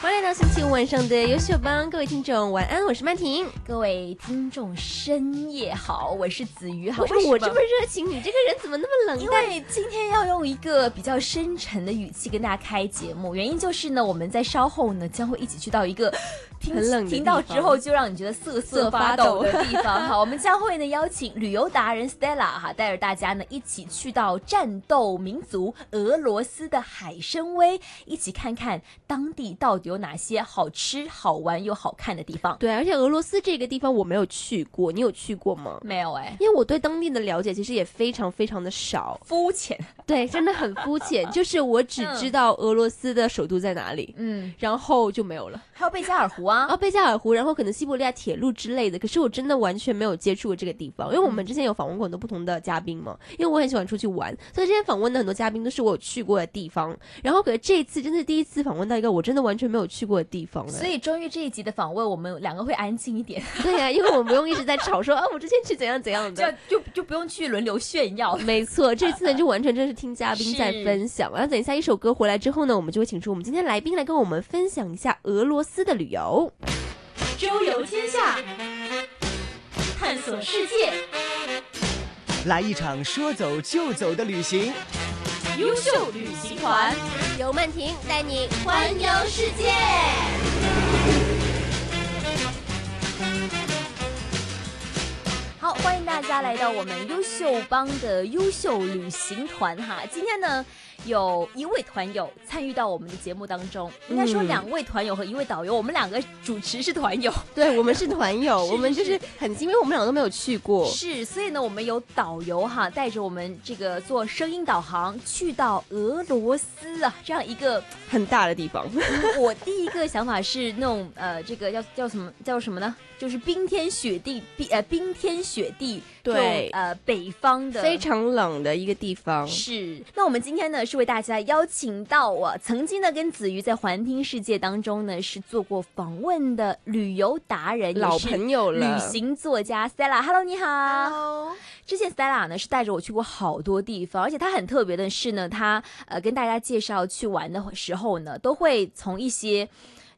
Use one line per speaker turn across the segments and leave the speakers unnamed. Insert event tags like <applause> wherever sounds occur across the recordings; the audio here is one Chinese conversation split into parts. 欢迎来到星期五晚上的优秀帮，各位听众晚安，我是曼婷。
各位听众，深夜好，我是子瑜。好，
为什么我这么
么？
热情，你这个人怎么那么冷
因
淡？
为今天要用一个比较深沉的语气跟大家开节目，原因就是呢，我们在稍后呢将会一起去到一个听
很冷的地方
听到之后就让你觉得瑟瑟发抖的地
<laughs>
方。好，我们将会呢邀请旅游达人 Stella 哈，带着大家呢一起去到战斗民族俄罗斯的海参崴，一起看看当地到底有哪些好吃、好玩又好看的地方。
对，而且俄罗斯这个地方我没有去过，你有去过吗？
没有哎，
因为我对当地的了解其实也非常非常的少，嗯
肤浅。
对，真的很肤 <laughs> 浅，就是我只知道俄罗斯的首都在哪里，
嗯，
然后就没有了。
还有贝加尔湖啊，
哦
啊，贝加尔湖，然后可能西伯利亚铁路之类的。可是我真的完全没有接触过这个地方，因为我们之前有访问过很多不同的嘉宾嘛，因为我很喜欢出去玩，所以之前访问的很多嘉宾都是我有去过的地方。然后可是这一次真的是第一次访问到一个我真的完全没有去过的地方，哎
所。以终于这一集的访问，我们两个会安静一点，
对呀、因为我们不用一直在吵说啊， <laughs> 我之前去怎样怎样
就
的。
<laughs> 就就不用去轮流炫耀。
没错，这次呢就完全真是听嘉宾在
是
分享。然后等一下一首歌回来之后呢，我们就会请出我们今天来宾来跟我们分享一下俄罗斯的旅游。
周游天下，探索世界，
来一场说走就走的旅行。
优秀旅行团，
由曼婷带你
环游世界。
好，欢迎大家来到我们优秀帮的优秀旅行团哈。今天呢，有一位团友参与到我们的节目当中，应该说
嗯
两位团友和一位导游，我们两个主持是团友，
对，我们是团友，我们就是
是
很幸运，因为我们两个都没有去过。
是，所以呢，我们有导游哈，带着我们这个做声音导航去到俄罗斯啊，这样一个
很大的地方，
<laughs> 我第一个想法是那种呃，这个叫叫什么叫什么呢？就是冰天雪地，冰呃冰天雪地，
对
这种呃北方的
非。常冷的一个地方。
是，那我们今天呢是为大家邀请到我、曾经呢跟子瑜在环听世界当中呢是做过访问的旅游达人，也
老
是
朋友了
旅行作家 Stella。Hello，你好。
Hello，
之前 Stella 呢是带着我去过好多地方，而且她很特别的是呢，她呃跟大家介绍去玩的时候呢，都会从一些。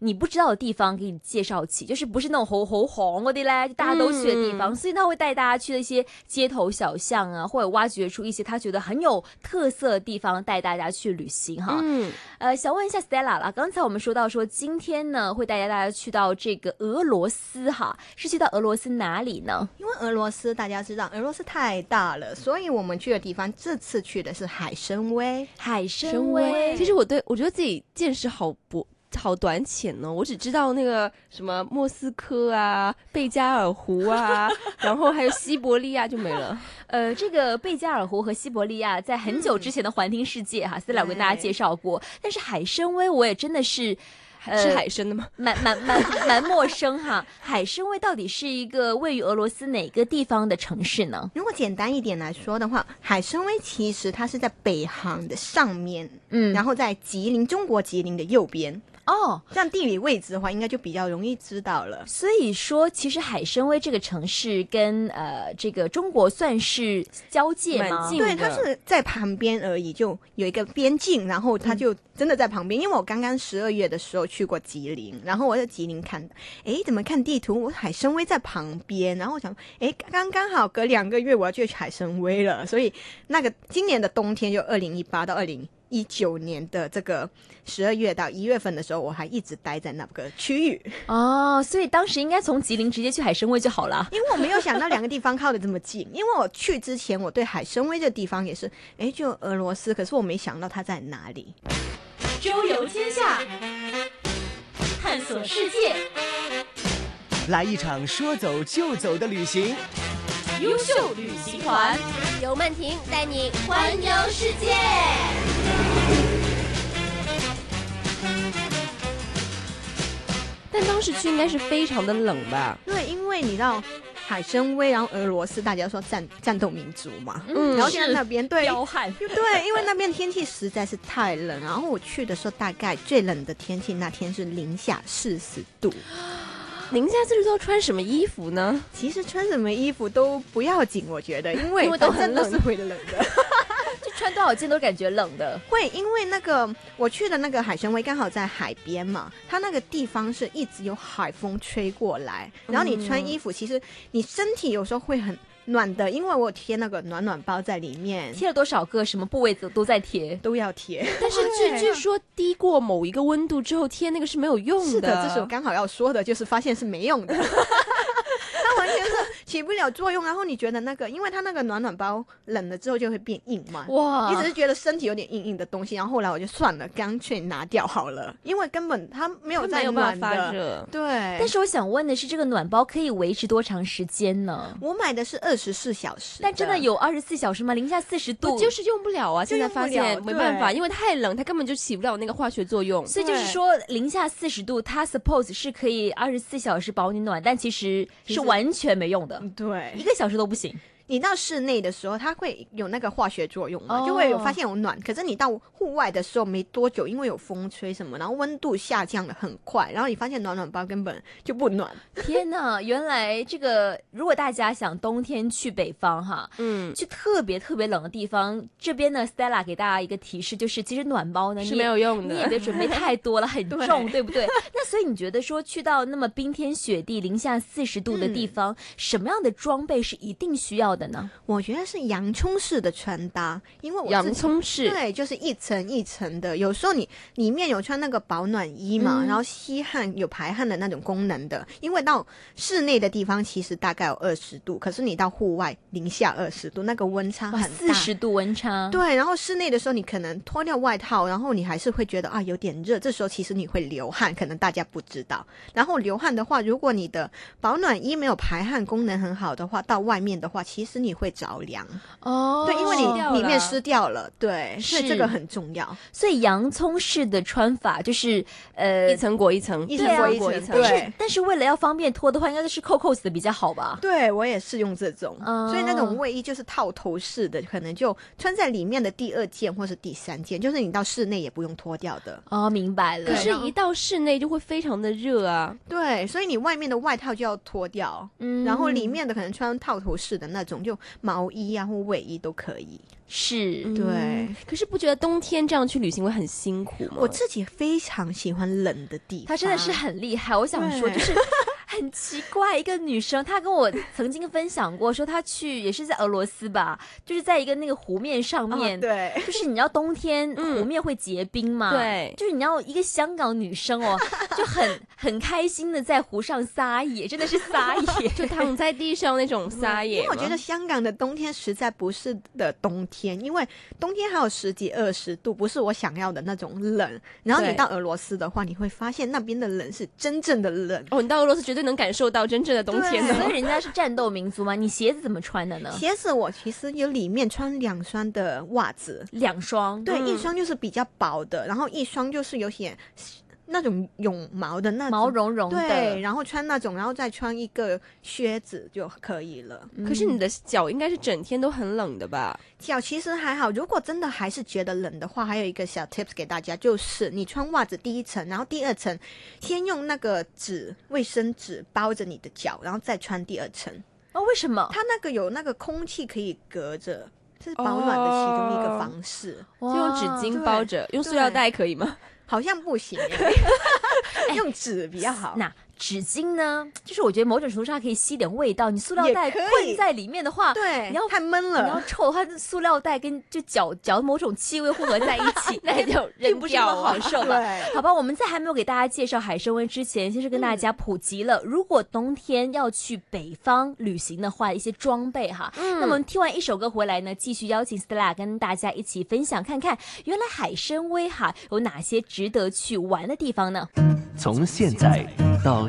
你不知道的地方给你介绍起，就是不是那种红红红嗰啲咧，就大家都去的地方，所以他会带大家去的一些街头小巷啊，或者挖掘出一些他觉得很有特色的地方，带大家去旅行哈。
嗯，
呃，想问一下 Stella 啦，刚才我们说到说今天呢会带大家去到这个俄罗斯哈，是去到俄罗斯哪里呢？
因为俄罗斯大家知道，俄罗斯太大了，所以我们去的地方，这次去的是海参崴。
海参
深
崴
威。。其实我对我觉得自己见识好薄。好短浅哦呢、我只知道那个什么莫斯科啊、贝加尔湖啊，然后还有西伯利亚就没了。
呃，这个贝加尔湖和西伯利亚在很久
嗯
之前的环听世界哈，斯老跟大家介绍过，但是海参崴我也真的是。呃
是海参的吗？
蛮蛮蛮蛮陌生哈，海参崴到底是一个位于俄罗斯哪个地方的城市呢？
如果简单一点来说的话，海参崴其实它是在北航的上面，
嗯
然后在吉林中国吉林的右边，
哦，
这样地理位置的话，应该就比较容易知道了。
所以说其实海参崴这个城市跟呃这个中国算是交界
蛮
吗？
近
对，
的
它是在旁边而已，就有一个边境，然后它
嗯
就真的在旁边。因为我刚刚十二月的时候去过吉林，然后我在吉林看的，诶，怎么看地图，我海参崴在旁边，然后我想，诶，刚刚好隔两个月我要去海参崴了，所以那个今年的冬天就二零一八到二零。一九年的这个十二月到一月份的时候，我还一直待在那个区域，
哦，所以当时应该从吉林直接去海参崴就好了。
因为我没有想到两个地方靠得这么近， <laughs> 因为我去之前我对海参崴这地方也是，哎，就俄罗斯，可是我没想到它在哪里。周游天下，探索世界，
来一场说走就走的旅行。
优秀旅行团，
由曼婷带你
环游世界。
但当时去应该是非常的冷吧？
对，因为你知道海参崴，然后俄罗斯，大家说战战斗民族嘛，
嗯
然后现在那边对
彪悍，
<laughs> 对，因为那边天气实在是太冷，然后我去的时候大概最冷的天气那天是零下四十度。
您家这是要穿什么衣服呢？
其实穿什么衣服都不要紧，我觉得，因为
因为都
反正
很冷
都是会冷的。
就穿多少件都感觉冷的。
会，因为那个我去的那个海参崴刚好在海边嘛，它那个地方是一直有海风吹过来，
嗯
然后你穿衣服，其实你身体有时候会很暖的，因为我有贴那个暖暖包在里面，
贴了多少个，什么部位都都在贴。
都要贴。
但是据据说低过某一个温度之后贴那个是没有用
是
的，
的，这是我刚好要说的，就是发现是没用的，它完全是起不了作用。然后你觉得那个，因为它那个暖暖包冷了之后就会变硬嘛，
哇
一直是觉得身体有点硬硬的东西，然后后来我就算了，干脆拿掉好了，因为根本它没有
它没
在
有办
暖
法
的。
发热。
对，
但是我想问的是，这个暖包可以维持多长时间呢？
我买的是二十四小时，
但真的。有二十四小时吗？零下四十
不
度，
就。是用不了啊！
就
现在发
用
现
不
没
了
办法，
对
因为太冷，它根本就起不了那个化学作用。
所以就是
对
说，零下四十度，它 suppose 是可以二十四小时保你暖，但其实是完全没用的，
嗯
一
对，
个小时都不行。
你到室内的时候，它会有那个化学作用嘛，
哦
就会有发现有暖。可是你到户外的时候没多久，因为有风吹什么，然后温度下降的很快，然后你发现暖暖包根本就不暖。
天呐， <laughs> 原来这个，如果大家想冬天去北方哈，
嗯，
去特别特别冷的地方，这边呢，Stella 给大家一个提示，就是其实暖包呢
是
你
没
也
有用
你也
的。
别准备太多了，
<laughs>
很
对
重，对不对？那所以你觉得说去到那么冰天雪地、零下四十度的地
嗯
方，什么样的装备是一定需要的呢？
我觉得是洋葱式的穿搭，因为我
洋
自己
葱式，
对，就是一层一层的。有时候你里面有穿那个保暖衣嘛，
嗯
然后吸汗有排汗的那种功能的。因为到室内的地方其实大概有二十度，可是你到户外零下二十度，那个温差
哇，
啊很
四
大。
十度温差，
对，然后室内的时候，你可能脱掉外套，然后你还是会觉得啊有点热。这时候其实你会流汗，可能大家不知道。然后流汗的话，如果你的保暖衣没有排汗功能很好的话，到外面的话，其实你会着凉。
哦
对，因为
湿掉
你里面
了
湿掉了，对，所以这
是
个很重要。
所以洋葱式的穿法就是呃
一。层裹一层，
一
层
对啊
裹
一
裹
层
层。
但
对
是但是为了要方便脱的话，应该都是扣扣子的比较好吧？
对我也是用这种，
哦
所以那种卫衣就是套头式的，可能就穿在里面的第二件或是第三件，就是你到室内也不用脱掉的。
哦，明白了。
可是
然，后
一到室内就会非常的热啊。
对，所以你外面的外套就要脱掉，
嗯
然后里面的可能穿套头式的那种，就毛衣啊或卫衣都可以。
是、
嗯
对，
可是不觉得冬天这样去旅行会很辛苦吗？
我自己非常喜欢冷哦的地方，
他真的是很厉害。我想说，
对
就是
<laughs>
很奇怪，一个女生，她跟我曾经分享过，说她去也是在俄罗斯吧，就是在一个那个湖面上
啊
面。
对。
就是你知道冬天
哦嗯
湖面会结冰嘛？
对
就是你知道一个香港女生哦，就很很开心的在湖上撒野，真的是撒野，
就躺在地上
<laughs>
那种撒野吗。
因为我觉得香港的冬天实在不是的冬天，因为冬天还有十几二十度，不是我想要的那种冷。然后你
对
到俄罗斯的话，你会发现那边的冷是真正的冷。
哦，你到俄罗斯绝对能感受到真正的冬 <laughs> 天
所
的。
以人家是战斗民族嘛。你鞋子怎么穿的呢？
鞋子我其实有里面穿两双的袜子，
两双，
对，
嗯
一双就是比较薄的，然后一双就是有点那种绒毛的那种
毛。茸茸
对，
的。
然后穿那种，然后再穿一个靴子就可以了。
嗯
可是你的脚应该是整天都很冷的吧？
脚其实还好，如果真的还是觉得冷的话，还有一个小 tips 给大家，就是你穿袜子第一层，然后第二层先用那个纸卫生纸包着你的脚，然后再穿第二层。
哦，为什么？
它那个有那个空气可以隔着，这是保暖的其中一
哦
个方式。
就
就用纸巾包着，用塑料袋可以吗？
好像不行、欸
<laughs>
用纸比较好。
哎那纸巾呢？就是我觉得某种程度上它可以吸一点味道。你塑料
也
袋
可以
困在里面的话，
对，
你要
太闷
你要
了。
臭的话，它塑料袋跟就脚脚某种气味混合在一 <laughs> 起，那就
扔
并不是那
掉
么
啊
好受吧？
对，
<laughs> 好吧，我们在还没有给大家介绍海参崴之前，先是跟大家普及了，如果冬天要去北方旅行的话，一些装备哈。
嗯
那么我们听完一首歌回来呢，继续邀请 Stella 跟大家一起分享，看看原来海参崴哈有哪些值得去玩的地方呢？
从现在到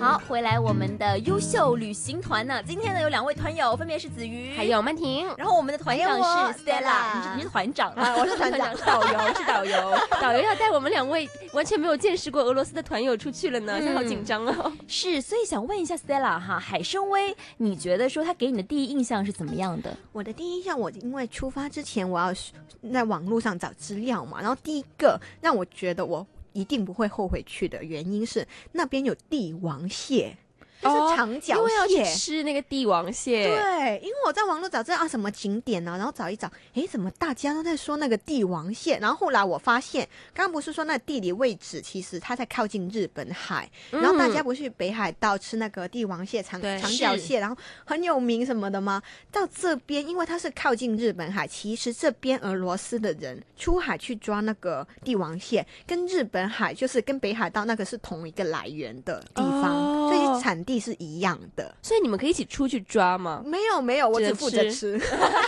好，回来我们的优秀旅行团呢。今天呢有两位团友，分别是子
<laughs>
瑜，
还有
<laughs>
曼婷，
然后我们的团长
还有我
是 Stella，你是
Stella
你是团长
啊，我是团 <laughs> 长，
是导游，我是
<laughs>
导游，导游要带我们两位完全没有见识过俄罗斯的团友出去了呢，现在好
嗯
紧张哦。
<laughs> 是，所以想问一下 Stella 哈，海参崴，你觉得说他给你的第一印象是怎么样的？
我的第一印象，我因为出发之前我要是在网络上找资料嘛，然后第一个让我觉得我一定不会后悔去的原因是那边有帝王蟹， <laughs> 就是长
哦因
脚
为要去
蟹。
吃那个帝王蟹，
对，因为我在网络找资料啊，什么景点啊，然后找一找，诶，怎么大家都在说那个帝王蟹？然后后来我发现，刚刚不是说那地理位置，其实它在靠近日本海，
嗯
然后大家不是北海道吃那个帝王蟹、长
对
长脚
是
蟹，然后很有名什么的吗？到这边，因为它是靠近日本海，其实这边俄罗斯的人出海去抓那个帝王蟹，跟日本海就是跟北海道那个是同一个来源的地方，
哦
所以产地是一样
<laughs>
的。
所以你们可以一起出去抓吗？
没有没有，我
只
只
能
负责吃， <laughs>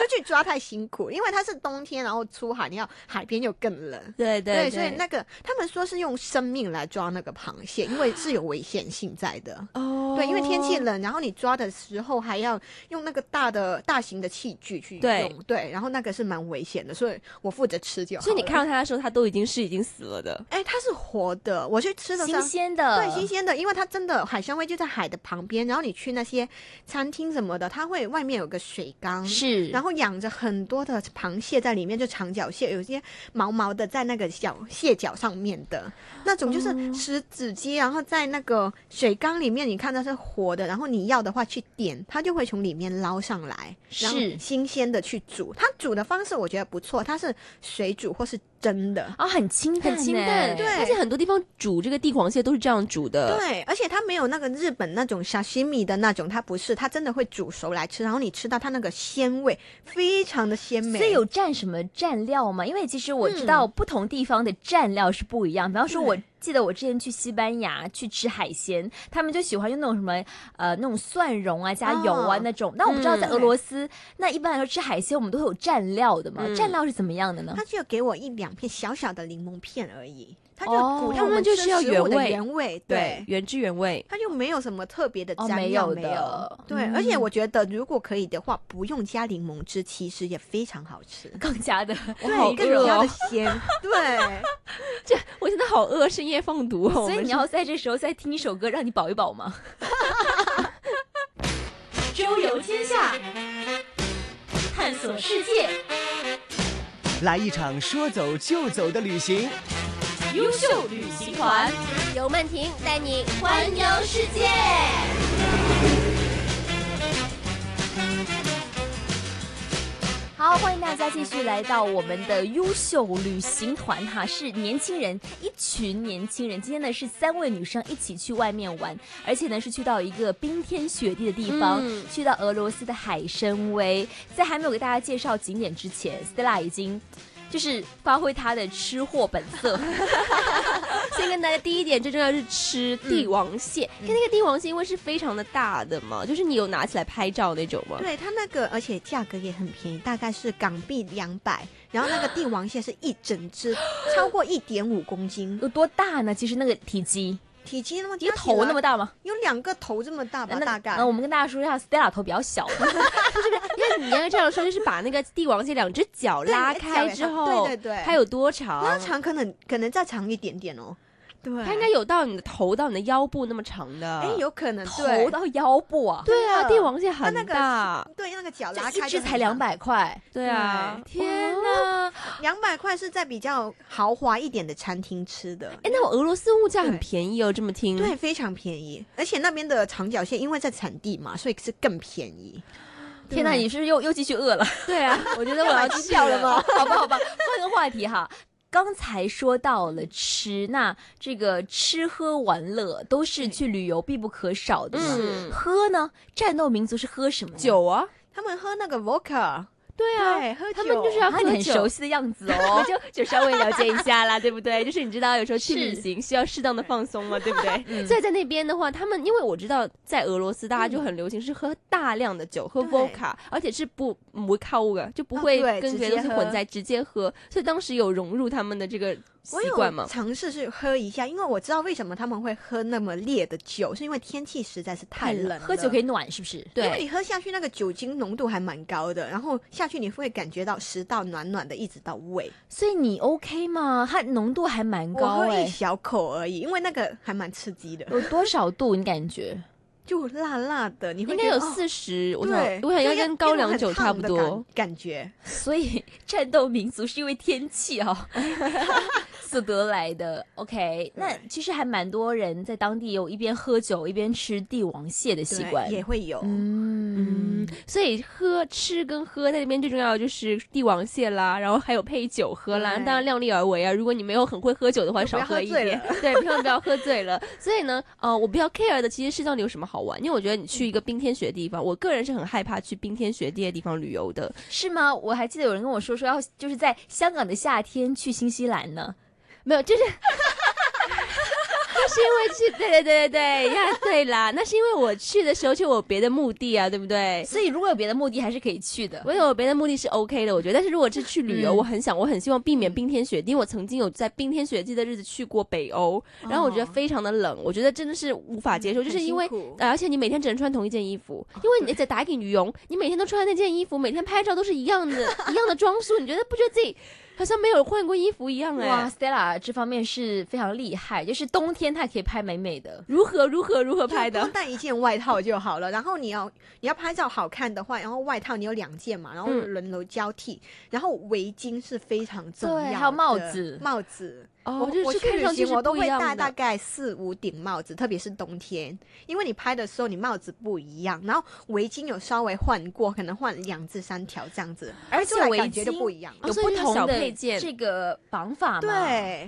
就去抓太辛苦，因为它是冬天，然后出海，你要海边又更冷。
对对
所以那个他们说是用生命来抓那个螃蟹，因为是有危险性在的。
哦
对，因为天气冷，然后你抓的时候还要用那个大的大型的器具去用，
对
对，然后那个是蛮危险的，所以我负责吃就好了。
所以你看到它的时候，它都已经是已经死了的。
哎，它是活的，我去吃的时
新
候。
鲜的，
对，新鲜的，因为它真的海参崴就在海的旁边，然后你去那些餐厅什么的，它会外面有个水缸，
是，
然
后
后养着很多的螃蟹在里面，就长脚蟹，有些毛毛的在那个小蟹脚上面的那种，就是
哦
十指鸡，然后在那个水缸里面，你看它是活的，然后你要的话去点，它就会从里面捞上来，然后
是
新鲜的去煮。它煮的方式我觉得不错，它是水煮或是蒸的。
啊、很清淡
很
呢，
清淡，
欸对
而且很多地方煮这个帝皇蟹都是这样煮
呃
的，
对，而且它没有那个日本那种沙西米的那种，它不是，它真的会煮熟来吃，然后你吃到它那个鲜味，非常的鲜美。
所以有蘸什么蘸料吗？因为其实我知道不同地方的蘸料是不一样。比方说，我记得我之前去西班牙去吃海鲜，他们就喜欢用那种什么呃那种蒜蓉啊加油啊
哦
那种。但我不知道
嗯
在俄罗斯，那一般来说吃海鲜我们都会有蘸料的嘛，
嗯
蘸料是怎么样的呢？
他只有给我一两片小小的柠檬片而已，他就
哦
鼓励
他
我
们就是
吃
要
食
原
物的
味
原味，
对
对，，
原汁原味。
他就没有什么特别的
哦
蘸
没
料，
有
没
的
有，对，
嗯
而且我觉得如果可以的话，不用加柠檬汁，其实也非常好吃，
<laughs> 更加的，我
对，
好
更
饿
加的
哦。 <laughs>
鲜，对，
我现在好饿，深夜放毒哦。
所以你
我们
要在这时候再听一首歌，让你饱一饱吗？
周游天下，探索世界。
来一场说走就走的旅行。
优秀旅行团，
<laughs> 是由曼婷带你
环游世界。
好，欢迎大家继续来到我们的优秀旅行团哈，是年轻人，一群年轻人。今天呢是三位女生一起去外面玩，而且呢是去到一个冰天雪地的地方，
嗯
去到俄罗斯的海参崴。在还没有给大家介绍景点之前，Stella 已经就是发挥她的吃货本 <laughs> 色，
先跟大家第一点，最重要是吃帝王蟹。
嗯
看那个帝王蟹，因为是非常的大的嘛，就是你有拿起来拍照那种吗？
对它那个，而且价格也很便宜，大概是港币两百，然后那个帝王蟹是一整
<gasps>
只，超过一点五公斤，
有多大呢？其实那个体积，
体积那么
一个头那么
大，
大吗？
有两个头这么大吧，
那
大概
那。我们跟大家说一下，Stella 头比较 <laughs> 小，
因为你要这样说，就是把那个帝王蟹两只脚拉开之后，
对对对，
它有多长？
拉长可能可能再长一点点哦。对
它应该有到你的头到你的腰部那么长的。
哎，有可能
头
对
到腰部啊，
对啊，
真的
帝王蟹
它
很
那个
大。
对那个脚
这
拉
一
开
只
就
才两百块。
对啊，
天哪！
两百块是在比较豪华一点的餐厅吃的。
哎，那我俄罗斯物价很便宜哦，这么听。
对，非常便宜，而且那边的长脚蟹因为在产地嘛，所以是更便宜。
天呐，你是不是又又继续饿了？
对啊，我觉得我
要买
要
机
去
票了吗？
好吧，好吧，换个话题哈。刚才说到了吃，那这个吃喝玩乐都是去旅游必不可少的嘛。
嗯
喝呢，战斗民族是喝什么
<laughs>
呢？
酒啊，
他们喝那个 vodka，
对啊，
对，喝酒
他们就是要
啊，你
喝
很
酒。
熟悉的样子哦。
就就 <laughs> 稍微了解一下啦，对不
<laughs>
对？就是你知道，有时候去
是
旅行需要适当的放松嘛，对不对？
嗯
所以在那边的话，他们因为我知道在俄罗斯大家就很流行是喝大量的酒，喝
对
vodka，而且是不不靠的，就不
哦
会
对
跟
直
别
接
的东西
喝
混在，直接喝。所以当时有融入他们的这个习
我
惯
有
吗？
尝试去喝一下，因为我知道为什么他们会喝那么烈的酒，是因为天气实在是太冷了，
喝酒可
以。
以暖，是不是？
因为
对，
你喝下去，那个酒精浓度还蛮高的，然后下去你会感觉到食道暖暖的，一直到胃。
所以你 OK 吗？它浓度还蛮
我
高
喝
欸
哎、
一小口而已，因为那个还蛮刺激的，
有多少度？你感觉？
就辣辣的，你会
应该
觉
有
得哦
四十，我想
对，
我想要
就
跟
一
高
一种
粱
很
酒差
烫
不
的
多。
感感觉。
<laughs> 所以战斗民族是因为天气哦，所得来的。OK，那其实还蛮多人在当地有一边喝酒一边吃帝王蟹的习
对
惯。
也会有，
嗯
嗯，，所以喝吃跟喝在那边最重要的就是帝王蟹啦，然后还有配酒喝啦，
对
当然量力而为啊。如果你没有很会喝酒的话，
就
少
不要
喝
喝
一
醉
点，对，千万不要喝醉了。所以呢，呃，我比较 care 的其实是到底有什么好玩，因为我觉得你去一个冰天雪地的地方，我个人是很害怕去冰天雪地的地方旅游的。
<laughs> 是吗？我还记得有人跟我说说要就是在香港的夏天去新西兰呢。
没有，就是。 <laughs> 就是因为去，对对对对对，呀，对啦，那是因为我去的时候就有别的目的啊，对不对？
所以如果有别的目的，还是可以去
<laughs>
的。
我有别的目的是 OK 的，我觉得。但是如果是去旅游，
嗯
我很想，我很希望避
嗯
免冰天雪地。因为我曾经有在冰天雪地的日子去过北欧，然后我觉得非常的冷，我觉得真的是无法接受，
哦嗯
就
很
是因
辛
为
苦。
呃而且你每天只能穿同一件
<laughs>
衣服，因为你在打给羽绒，你每天都穿那件衣服，每天拍照都是一
<laughs>
样的，一样的装束，你觉得不觉得自己好像没有换过衣服一样哎、
哇，Stella 这方面是非常厉害，就是冬天她也可以拍美美的。
如何如何如何拍
就
的
光？带一件外套就好了。然后你要你要拍照好看的话，然后外套你有两件嘛，然后
嗯
轮流交替，然后围巾是非常重要的，
对还有帽子
帽子。
哦
我，
就
我
是
去
看
旅
上去
行
是
我都
不一
会
样
戴大
的。
概四五顶帽子，特别是冬天，因为你拍的时候你帽子不一样，然后围巾有稍微换过，可能换两至三条这样子，
而
就
且
来
围
感觉就
巾
不一样。
哦
有
所以
不
就是
同
小
的
配件
这个绑法嘛。，嗯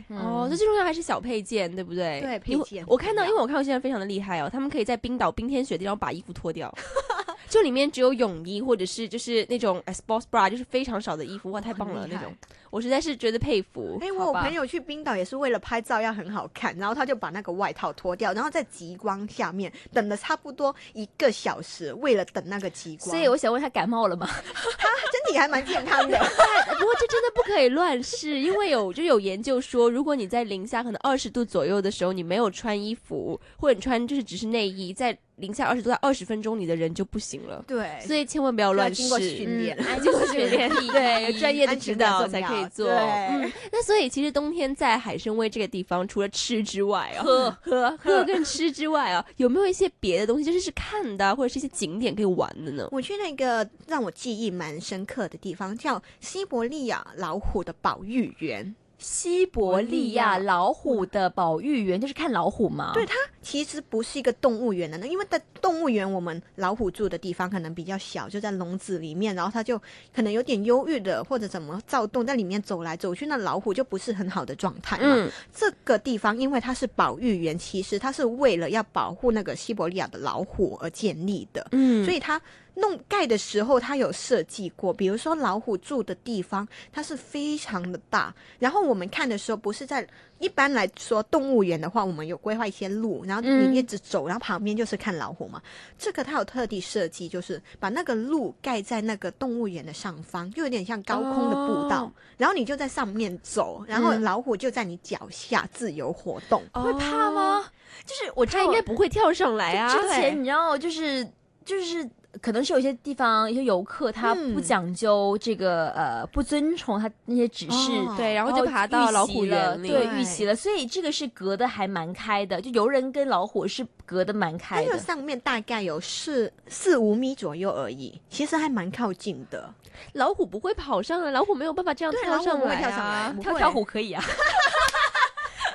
对，
哦，这最重要还是小配件，对不对？
嗯对配
因为
件
我
很
看
重
到，
要
因为我看到现在非常的厉害哦，他们可以在冰岛冰天雪地，然后把衣服脱掉， <laughs> 就里面只有泳衣或者是就是那种哎 sports bra，就是非常少的衣服，哇，太棒了
厉
那
害
种，我实在是觉得佩服。
哎、我
好
有
吧
朋友去冰岛也是为了拍照要很好看，然后他就把那个外套脱掉，然后在极光下面等了差不多一个小时，为了等那个极光。
所以我想问他感冒了 <laughs> 吗？
身体还蛮健康
<laughs>
的，
但 <laughs> 不过这真的不可以乱试，因为有就有研究说，如果你在零下可能二十度左右的时候，你没有穿衣服，或者你穿就是只是内衣，在零下二十度到二十分钟，你的人就不行了。
对，
所以千万不要乱
哎要
试。
经过训练。
<laughs>
安全训练，
对嗯专业的
安
指
全感
导
重
才可以
要
做。
对
嗯，那所以其实冬天在海参崴这个地方，除了吃之外啊，
喝
<laughs> 喝喝跟吃之外啊，有没有一些别的东西，就是是看的啊、或者是一些景点可以玩的呢？
我去那个让我记忆蛮深刻的地方，叫西伯利亚老虎的保育园。
<laughs> 西伯利亚老虎的保育员就是看老虎吗？
对，它其实不是一个动物园的，因为在动物园，我们老虎住的地方可能比较小，就在笼子里面，然后它就可能有点忧郁的或者怎么躁动，在里面走来走去，那老虎就不是很好的状态嘛。
嗯，
这个地方因为它是保育园，其实它是为了要保护那个西伯利亚的老虎而建立的，
嗯
所以它弄盖的时候，它有设计过，比如说老虎住的地方，它是非常的大。然后我们看的时候，不是在一般来说动物园的话，我们有规划一些路，然后
嗯
你一直走，然后旁边就是看老虎嘛。这个它有特地设计，就是把那个路盖在那个动物园的上方，就有点像高空的步道，
哦嗯
然后你就在上面走，然后老虎就在你脚下自由活动。
会
怕吗？就是我知
他
道
应该不会跳上来啊。
哦之前你知道，就是就是。可能是有些地方一些游客他
嗯
不讲究这个、呃不遵从他那些指示，
哦
对，然后就爬到老虎园里。
然后遇袭了对，
对
遇袭了，所以这个是隔的还蛮开的，就游人跟老虎是隔的蛮
它
开
就
的。
上面大概有四四五米左右而已，其实还蛮靠近的。
老虎不会跑上来，老虎没有办法这样
对
跳
老
上
虎不会
来
跳上来
啊。
不
跳
会
跳虎可以啊，
<laughs>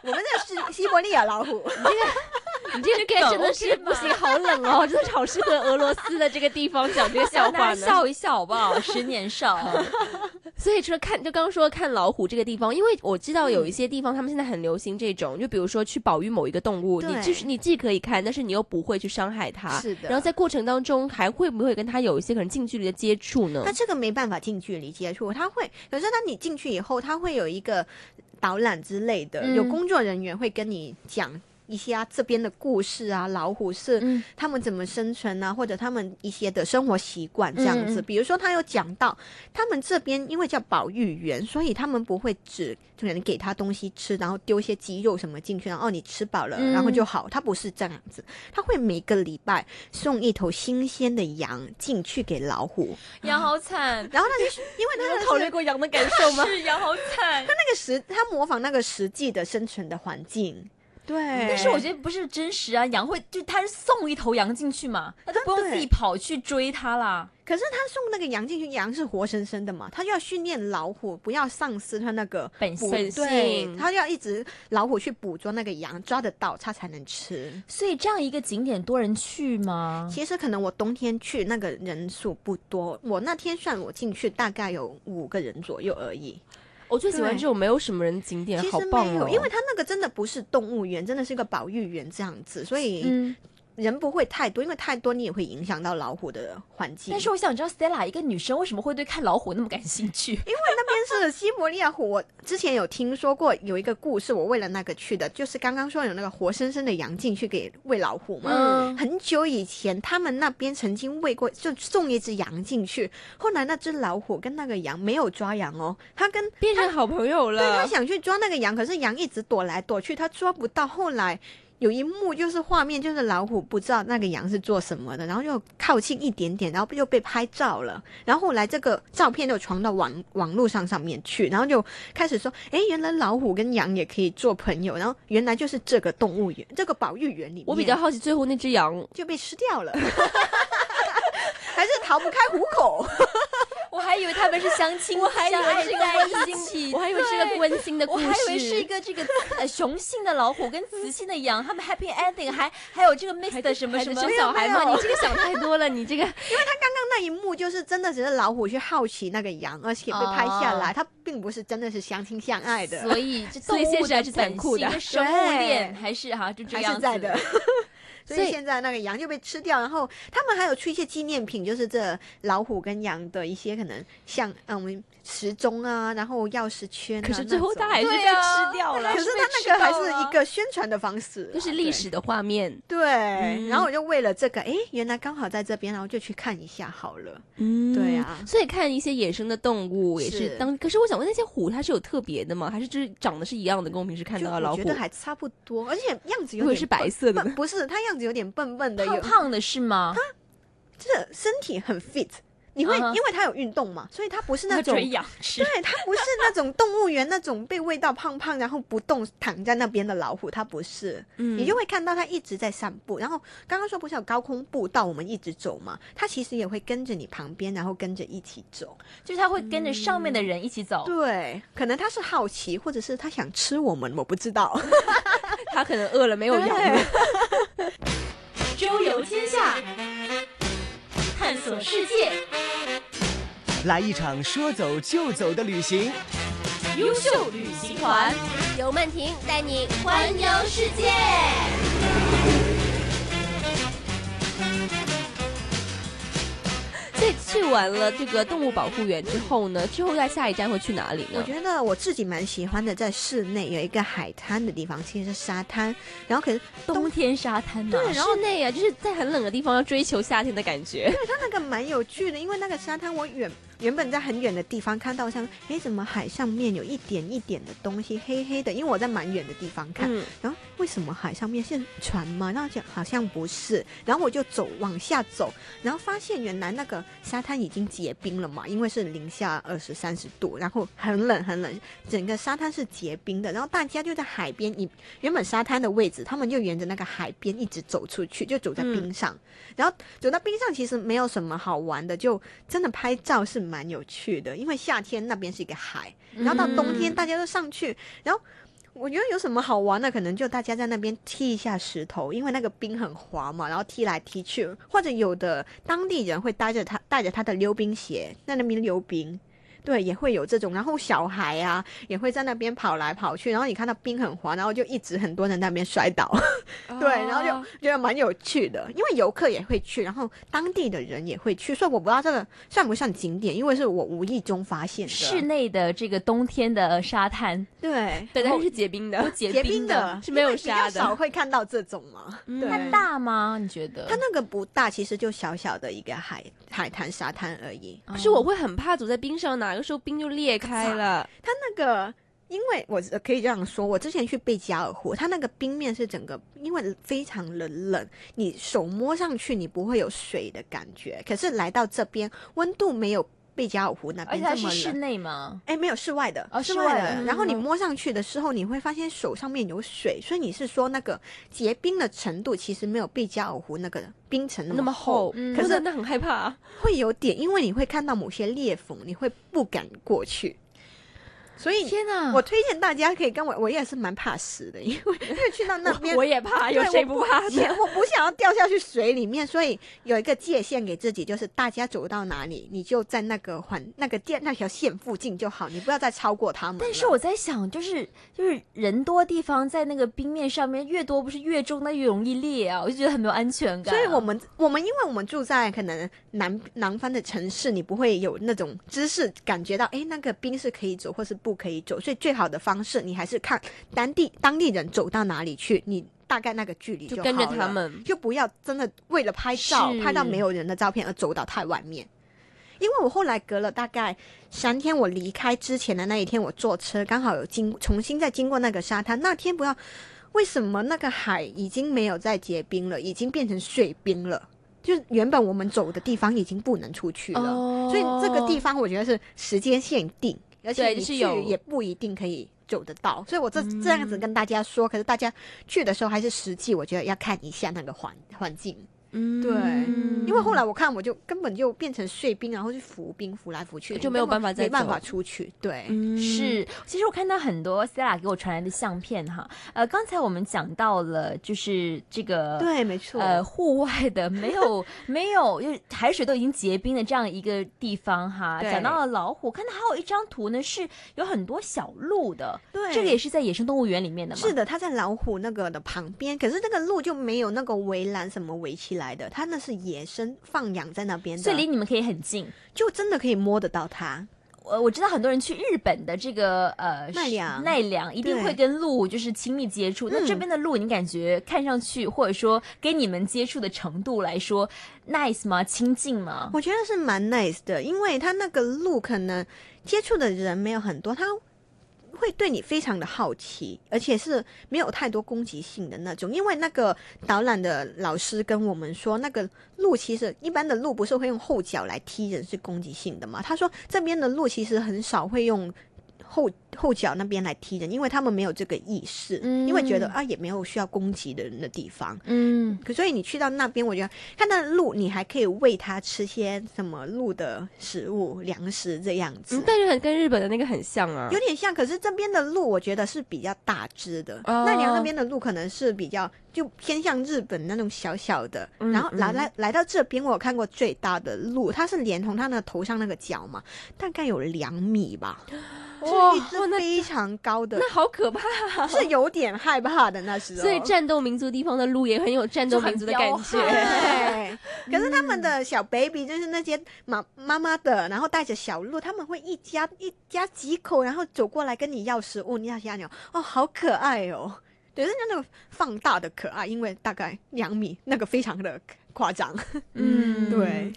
我们这是西伯利亚老 <laughs> 虎，
你这个
梗
真的是
OK 吗
不行，好冷哦， <laughs> 真的好适合俄罗斯的这个地方讲这个 <laughs> 笑
小
话
花
呢。
笑一笑好不好？十年少，
所以除了看，就刚刚说看老虎这个地方，因为我知道有一些地方他们现在很流行这种，就比如说去保育某一个动物，
对
你就是你既可以看，但是你又不会去伤害它。
是的
然后在过程当中还会不会跟它有一些可能近距离的接
<laughs>
触呢
那？这个没办法近距离接触，它会，可是当你进去以后，它会有一个导览之类的，
嗯
有工作人员会跟你讲。一些啊这边的故事啊，老虎是
嗯
他们怎么生存啊，或者他们一些的生活习惯这样
嗯
子。
嗯
比如说，他有讲到他们这边因为叫保育员，所以他们不会只可能给他东西吃，然后丢一些鸡肉什么进去，然后哦你吃饱了，
嗯
然后就好。他不是这样子，他会每个礼拜送一头新鲜的羊进去给老虎，
羊好惨，
然后那
<laughs>
就是因为他们
考虑过羊的感受吗？是羊好惨。
那个实，他模仿那个实际的生存的环境。对，但
但是我觉得不是真实啊，羊会就他是送一头羊进去嘛，他就不用
对
自己跑去追它啦。
可是他送那个羊进去，羊是活生生的嘛，他就要训练老虎不要丧失它那个
本
捕
本
对
性
他就要一直老虎去捕捉那个羊，抓得到它才能吃。
所以这样一个景点多人去吗？
其实可能我冬天去那个人数不多，我那天算我进去大概有五个人左右而已。
<laughs> 我最喜欢
对
这种没有什么人景点
其，
好
实
棒
没有，
哦！
因为它那个真的不是动物园，真的是一个保育园这样子，所以
嗯，
人不会太多，因为太多你也会影响到老虎的环境。
但是我想知道，Stella 一个女生为什么会对看老虎那么感兴趣？
因为那边是西伯利亚虎，我之前有听说过有一个故事，我为了那个去的，就是刚刚说有那个活生生的羊进去给喂老虎嘛。
嗯
很久以前，他们那边曾经喂过，就送一只羊进去，后来那只老虎跟那个羊没有抓羊哦，它跟
变成好朋友
对他
了。
想去抓那个羊，可是羊一直躲来躲去，他抓不到。后来有一幕就是画面，就是老虎不知道那个羊是做什么的，然后就靠近一点点，然后又被拍照了。然后后来这个照片就传到网网络上上面去，然后就开始说，诶，原来老虎跟羊也可以做朋友，然后原来就是这个动物园，这个保育园里面，
我比较好奇最后那只羊，
就被吃掉了。 <laughs> 还是逃不开虎口，
<laughs> 我还以为他们是相亲， <laughs> 我还
以为是一个
温 <laughs> 馨，
我还以为是个温馨的
我
故事，
还以为是一个这个呃 <laughs> 雄性的老虎跟雌性的羊，他们 happy ending，还还有这个 mix 的什么
还
什
得
么
生小孩
没有没
吗？
有
你这个想太多了，你这个
那一幕就是真的只是老虎去好奇那个羊，而且被拍下
哦
来，它并不是真的是相亲相爱
<laughs>
的。
所以这
所以
动物
现实还
的
是
本
残酷的
性跟生物
对
链还是哈，就这
还
样
是
子
在的。 <laughs> 所
所以
以现在那个羊就被吃掉，然后他们还有出一些纪念品，就是这老虎跟羊的一些可能像嗯我们时钟啊，然后钥匙圈、啊。
可是最后
那种
它还是被
对啊
吃掉了
可，是它那个还是一个宣传的方式，啊
就是历史的画面。
对。
嗯
对，然后我就为了这个，诶，原来刚好在这边，然后就去看一下好了。
嗯
对啊
所以看一些野生的动物也是
是
当。可是我想问，那些虎它是有特别的吗？还是就是长得是一样的？跟我平时看
就
到的老
我
虎
觉，得还差不多，而且样子有
如果
点
是白色的
笨，
呢？
不是它样子有点笨笨的，
胖
有
胖的是 <laughs> 吗？
这身体很 fit。你会
嗯哼
因为它有运动嘛，所以它不是那
他
种
追羊吃。
对，它不是那种动物园那种被喂到胖胖，然后不动躺在那边的老虎，它 <laughs> 不是。
嗯
你就会看到它一直在散步。然后刚刚说不是有高空步道，我们一直走嘛，它其实也会跟着你旁边，然后跟着一起走。
就是他会跟着上面的人一起走。
对，可能它是好奇，或者是它想吃我们，我不知道。
<laughs> 它可能饿了没有羊
对
了。
周游天下，探索世界。
来一场说走就走的旅行。
优秀旅行团，
由曼婷带你
环游世界。
<laughs> 所以去完了这个动物保护园之后呢，之后在下一站会去哪里呢？
我觉得我自己蛮喜欢的，在室内有一个海滩的地方，其实是沙滩，然后可是
冬天沙滩嘛，
对，然后那呀，啊就是在很冷的地方要追求夏天的感觉。
那个蛮有趣的，因为那个沙滩我远原本在很远的地方看到像，诶，怎么海上面有一点一点的东西，黑黑的？因为我在蛮远的地方看，
<laughs> 嗯，
然后为什么海上面是船吗？那就好像不是。然后我就走往下走，然后发现原来那个沙滩已经结冰了嘛，因为是零下二十三十度，然后很冷很冷，整个沙滩是结冰的。然后大家就在海边，你原本沙滩的位置，他们就沿着那个海边一直走出去，就走在冰上。然后走到冰上其实没有什么好玩的，就真的拍照是蛮有趣的，因为夏天那边是一个海，然后到冬
嗯
天大家都上去，然后。我觉得有什么好玩的，可能就大家在那边踢一下石头，因为那个冰很滑嘛，然后踢来踢去，或者有的当地人会带着他带着他的溜冰鞋在那边溜冰。对，也会有这种。然后小孩啊，也会在那边跑来跑去，然后你看到冰很滑，然后就一直很多人在那边摔倒。
哦
对，然后就觉得蛮有趣的，因为游客也会去，然后当地的人也会去，所以我不知道这个算不算景点，因为是我无意中发现的。
嗯室内的这个冬天的沙滩，
对，
对，但是是结冰的，
结
结
冰
的
<laughs> 是没有
因为比较
沙的
少会看到这种嘛。
嗯
对，
它大吗？你觉得？
它那个不大，其实就小小的一个海海滩沙滩而已。
可
哦
是我会很怕走在冰上，哪个时候冰就裂开了。
它那个。因为我呃可以这样说，我之前去贝加尔湖，它那个冰面是整个，因为非常的冷，你手摸上去你不会有水的感觉。可是来到这边，温度没有贝加尔湖那
而
边
且
这么
它
冷。
是室内吗？
哎，没有室外的，
哦
室
室
外
外
的。
的
然后你
嗯
摸上去的时候，你会发现手上面有水，所以你是说那个结冰的程度其实没有贝加尔湖那个冰层
那么
么
厚，
嗯
可
可是
是真的很害怕啊。
会有点，因为你会看到某些裂缝，你会不敢过去。所以，
天啊哪！
我推荐大家可以跟我，我也是蛮怕死的，因为因为去到 <laughs> 那边
我。也怕，有
对
谁
我
不怕
也
呢？
我不想要掉下去水里面，所以有一个界限给自己，就是大家走到哪里，你就在那个环、那个电、那条线附近就好，你不要再超过他们了。
但是我在想，就是就是人多地方，在那个冰面上面越多，不是越重，那越容易裂啊！我就觉得很没有安全感。啊
所以我们我们因为我们住在可能南南方的城市，你不会有那种知识感觉到，哎，那个冰是可以走或是不可以走。所以最好的方式，你还是看当地当地人走到哪里去，你大概那个距离
就
好
跟着
了
他，们。
就不要真的为了拍照
是
拍到没有人的照片而走到太外面。因为我后来隔了大概三天，我离开之前的那一天，我坐车刚好有经重新再经过那个沙滩，那天不要。为什么那个海已经没有再结冰了，已经变成碎冰了？就是原本我们走的地方已经不能出去了，
哦
所以这个地方我觉得是时间限定，而且
对
你
就是
去
有嗯
也不一定可以走得到。所以我这这样子跟大家说，可是大家去的时候还是实际，我觉得要看一下那个环环境，
嗯
对
嗯
因为后来我看我就根本就变成碎冰，然后去浮冰浮来浮去，
就没有办法再
没办法
走嗯
出去。对，
是，其实我看到很多 Stella 给我传来的相片哈，呃，刚才我们讲到了，就是这个
对，没错。
呃，户外的没 <laughs> 有没有，就是海水都已经结冰的这样一个地方哈。
对
讲到了老虎，看到还有一张图呢，是有很多小鹿的，
对
这个也是在野生动物园里面的嘛。
是的，它在老虎那个的旁边，可是那个路就没有那个围栏什么围起来的，它那是野生放养在那边的，
所以离你们可以很近。
就真的可以摸得到它。
呃我我知道很多人去日本的这个呃
奈良
奈良一定
对
会跟鹿就是亲密接触。那
嗯
这边的鹿，你感觉看上去或者说跟你们接触的程度来说，nice 吗？亲近吗？
我觉得是蛮 nice 的，因为它那个路可能接触的人没有很多，它会对你非常的好奇，而且是没有太多攻击性的那种。因为那个导览的老师跟我们说，那个鹿其实一般的鹿不是会用后脚来踢人是攻击性的嘛？他说这边的鹿其实很少会用。后后脚那边来踢人，因为他们没有这个意识，
嗯
因为觉得啊也没有需要攻击的人的地方，
嗯，
可所以你去到那边，我觉得看到鹿，你还可以喂它吃些什么鹿的食物、粮食这样子，
嗯，但是很跟日本的那个很像啊
有。点像。可是这边的鹿，我觉得是比较大只的，
哦
奈良那边的鹿可能是比较就偏向日本那种小小的。
嗯
然后来
嗯
来来到这边，我有看过最大的鹿，它是连同它的头上那个角嘛，大概有两米吧，
哇
是一
哇
只
那
非常高的，
那好可怕！
是有点害怕的那时候。
所以战斗民族地方的鹿也很有战斗民族的感
就很彪
觉。
对， <laughs> 嗯可是他们的小 baby 就是那些妈妈妈的，然后带着小鹿，他们会一家一家几口，然后走过来跟你要食物，你要虾鸟，哦，好可爱哦。对，是那种放大的可爱，因为大概两米，那个非常的夸张。
嗯，
对，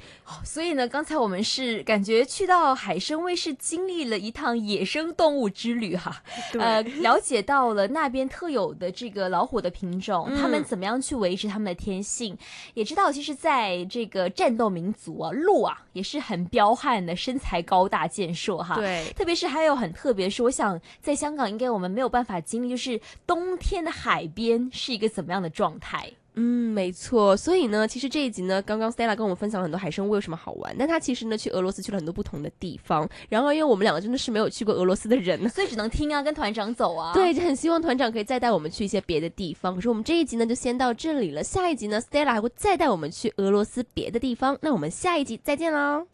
所以呢，刚才我们是感觉去到海参崴是经历了一趟野生动物之旅哈，呃，了解到了那边特有的这个老虎的品种，
嗯
它们怎么样去维持它们的天性，也知道其实在这个战斗民族啊，鹿啊也是很彪悍的，身材高大健硕哈。。
对，
特别是还有很特别是，我想在香港应该我们没有办法经历，就是冬天的海边是一个怎么样的状态？
嗯，没错。所以呢，其实这一集呢，刚刚 Stella 跟我们分享了很多海参崴有什么好玩，但她其实呢去俄罗斯去了很多不同的地方。然后，因为我们两个真的是没有去过俄罗斯的人呢，
所以只能听啊，跟团长走啊。
对，很希望团长可以再带我们去一些别的地方。可是我们这一集呢，就先到这里了。下一集呢，Stella 还会再带我们去俄罗斯别的地方。那我们下一集再见喽。